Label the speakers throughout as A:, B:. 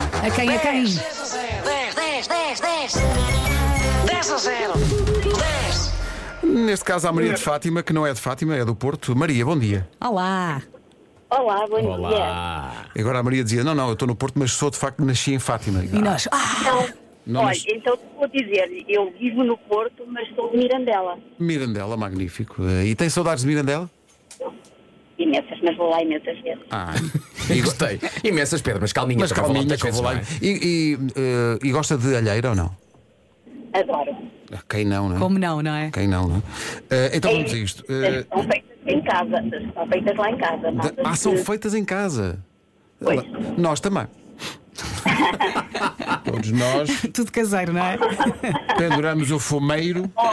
A: A quem, a quem?
B: 10 a 0. 10, 10, 10, 10. 10 a 0. 10.
C: Neste caso, a Maria de Fátima, que não é de Fátima, é do Porto. Maria, bom dia.
A: Olá.
D: Olá, bom
E: Olá!
C: Agora a Maria dizia: Não, não, eu estou no Porto, mas sou de facto nasci em Fátima.
A: E nós. Ah,
D: dia.
C: Não,
D: Olha,
C: mas-
D: então vou dizer, eu vivo no Porto, mas sou de Mirandela.
C: Mirandela, magnífico. Eh, E tem saudades de Mirandela?
D: Imensas, mas vou lá imensas vezes.
C: Ah,
E: E gostei. Imensas pedras, mas calminha,
C: mas
E: para falar
C: calminha
E: muitas
C: que eu vou lá.
E: vezes,
C: E, e, eh, e gosta de alheira ou não?
D: Adoro.
C: Ah, Quem não, não é?
A: como não, não é?
C: Quem não, não é? Eh, então vamos a isto. Eh,
D: São feitas em casa, são feitas lá em casa.
C: da-
D: massas
C: ah, são
D: de-
C: feitas em casa.
D: Pois.
C: Nós também. Todos nós
A: Tudo caseiro, não é?
C: penduramos o fomeiro.
D: Ó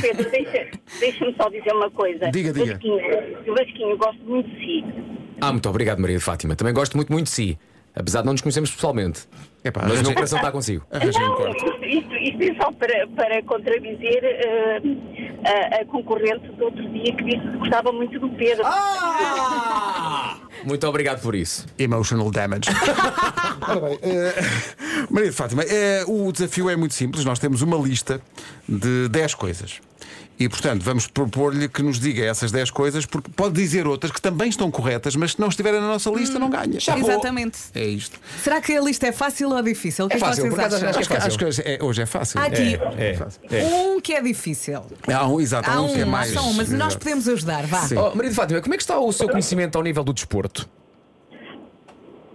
D: Pedro, deixa- deixa-me só dizer uma coisa.
C: Diga, diga.
D: Vasquinho, o Vasquinho, eu gosto muito de si.
E: não é? Ah, muito obrigado, Maria de Fátima. Também gosto muito, muito de si. Apesar de não nos conhecermos pessoalmente.
C: Epá, é
E: Mas é- o meu
C: arranjei-
E: coração está consigo.
C: arranjei um
D: Não,
C: corte.
D: isto, isto- isto é só para, para contradizer eh, a, a concorrente do outro dia que disse que gostava muito do Pedro.
C: Ah!
E: Muito obrigado por isso.
C: Emotional damage. Ora bem, eh, Maria de Fátima, eh, o desafio é muito simples. Nós temos uma lista de 10 coisas. E, portanto, vamos propor-lhe que nos diga essas 10 coisas, porque pode dizer outras que também estão corretas, mas se não estiverem na nossa lista, não ganha.
A: Exatamente.
C: É isto.
A: Será que a lista é fácil ou difícil? O que
E: É
A: é que
E: fácil,
A: vocês
E: por acaso
A: acham?
E: acho
C: Acho que, acho que hoje, é, hoje é fácil.
A: Há aqui
C: É fácil.
A: um que é difícil.
C: Há um, exato, há
A: Há
C: um, que é
A: um, há
C: mais.
A: só um, mas nós
C: Exato.
A: podemos ajudar, vá.
C: Sim.
E: Oh, Maria de Fátima, como é que está o seu conhecimento ao nível do desporto?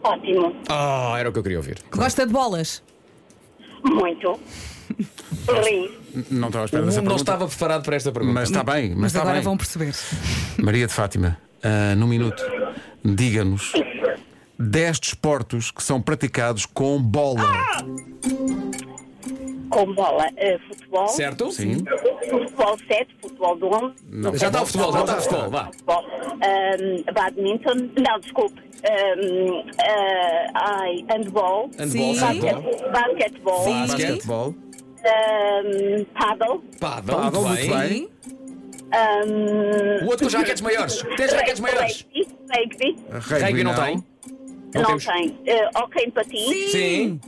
D: Ótimo,
E: Ah, era o que eu queria ouvir.
A: Gosta de bolas?
D: muito. Ri.
C: Não estava à espera
E: O
C: dessa
E: mundo não
C: pergunta.
E: estava preparado para esta pergunta.
C: Mas está bem, mas,
A: Mas
C: está
A: agora
C: bem.
A: vão perceber.
C: Maria de Fátima, ah, num minuto, diga-nos 10 desportos que são praticados com bola.
D: Com bola, eh, futebol,
E: Certo?
C: Sim.
D: futebol 7, futebol de 11,
E: Já está o futebol, já está o futebol, vá.
D: futebol, ahm, badminton, não, desculpe, ahm, ah, ai, handball,
E: Handball,
A: Sim.
E: handball.
D: basquete- basquetebol,
A: Sim.
C: Basquetebol.
D: ahm, paddle,
E: Pádel,
C: Pádel,
E: muito
C: muito
E: bem.
C: bem.
D: ahm,
E: O outro com raquetes maiores. Tens raquetes maiores?
D: Ehm,
E: Ah,
D: rugby, rugby,
E: Rugby não tem? Não
D: não
E: temos.
D: tem, eh, ok em patins,
E: Sim.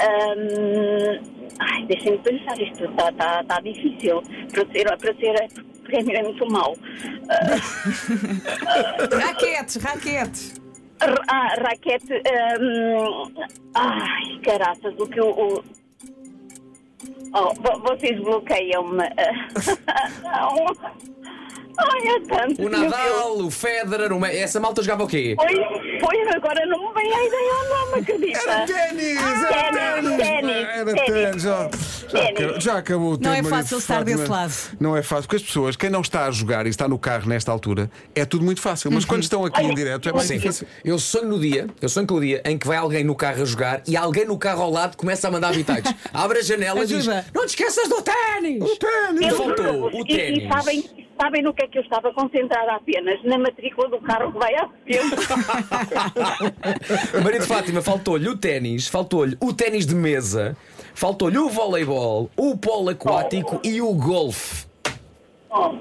D: Ahm, Ehm, ai, deixem-me pensar, isto está tá, tá difícil. Para ser, para ser prémio é muito mau.
A: Raquetes, raquetes.
D: Ah, ra- ah, raquete. ahm, ai, caraças, o que o. o- Oh, vo- vocês bloqueiam-me. Não. ai, é tanto.
E: O
D: meu Deus.
E: Nadal, o Federer, o Me- essa malta jogava o quê?
D: Pois, pois, agora não me vem a ideia ao nome, acredita?
C: um Ténis!
D: Ah, ténis, ténis,
C: Era
D: ténis.
C: ténis! Já, já,
D: Ténis.
C: acabou- já acabou o tempo.
A: Não é
C: Maria
A: fácil
C: de
A: estar
C: Fátima.
A: desse lado.
C: Não é fácil, porque as pessoas, quem não está a jogar e está no carro nesta altura, é tudo muito fácil.
A: Uhum.
C: Mas quando estão aqui em direto é mais
E: Sim.
C: difícil.
E: Eu sonho no dia, eu sonho com o dia em que vai alguém no carro a jogar e alguém no carro ao lado começa a mandar habitantes. Abre a janela e diz:
A: Ajuda.
E: Não te esqueças do ténis!
C: Ténis!
D: Eu
E: Voltou
D: juro-vos,
E: o
D: e-
E: ténis.
D: E sabem, sabem no que é que eu estava concentrada apenas? Na matrícula do carro que vai à frente.
E: Maria de Fátima, faltou-lhe o ténis, faltou-lhe o ténis de mesa, faltou-lhe o voleibol, o polo aquático e o golfe.
D: Oh,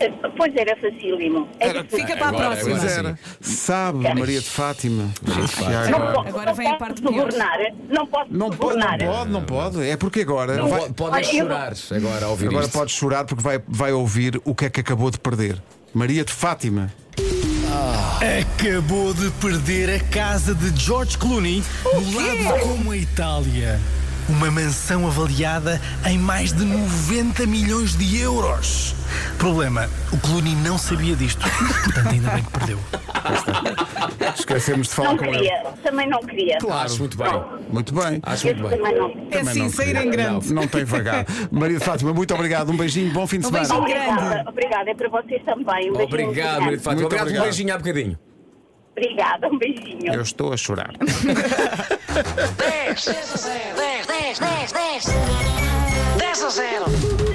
D: eh, pois era facílimo. É
C: Era-
D: difícil.
A: Fica para a
E: Agora,
A: próxima.
C: Pois é.
E: agora.
C: era. Sabe, Maria de Fátima. Já
D: Não,
C: agora.
D: po-
A: Agora
D: não
A: vem a
D: posso
A: parte pior.
D: subornar.
C: Não
D: Não posso
C: pode, não
D: subornar.
C: pode, não pode. É porque agora.
E: Não
C: vai-
E: po- Podes
D: Olha, eu-
E: chorar agora ao ouvir
C: Agora
E: isto.
C: podes chorar porque vai, vai ouvir o que é que acabou de perder. Maria de Fátima.
F: Acabou de perder a casa de George Clooney do lado como a Itália. Uma mansão avaliada em mais de 90 milhões de euros. Problema, o Clooney não sabia disto, portanto ainda bem que perdeu.
C: Esquecemos de falar
D: Não
C: com ele.
D: queria. Também não queria.
E: Claro. Acho muito bem.
C: Muito bem.
E: Acho
D: Esse
E: muito bem.
D: também não.
A: É
C: Também
A: assim,
C: não
A: sair
C: queria.
A: em grande.
C: Não tem vagar. Maria de Fátima, muito obrigado. Um beijinho, bom fim de
A: Um
C: semana.
A: beijinho. grande.
D: Obrigada. Obrigada. É para vocês também. Um beijinho.
E: Obrigado, Maria de Fátima.
C: Muito
E: obrigado,
C: obrigado.
E: um beijinho há bocadinho.
D: Obrigada. Um beijinho.
C: Eu estou a chorar.
B: 10 a 0. 10, 10, 10, 10. 10 a 0.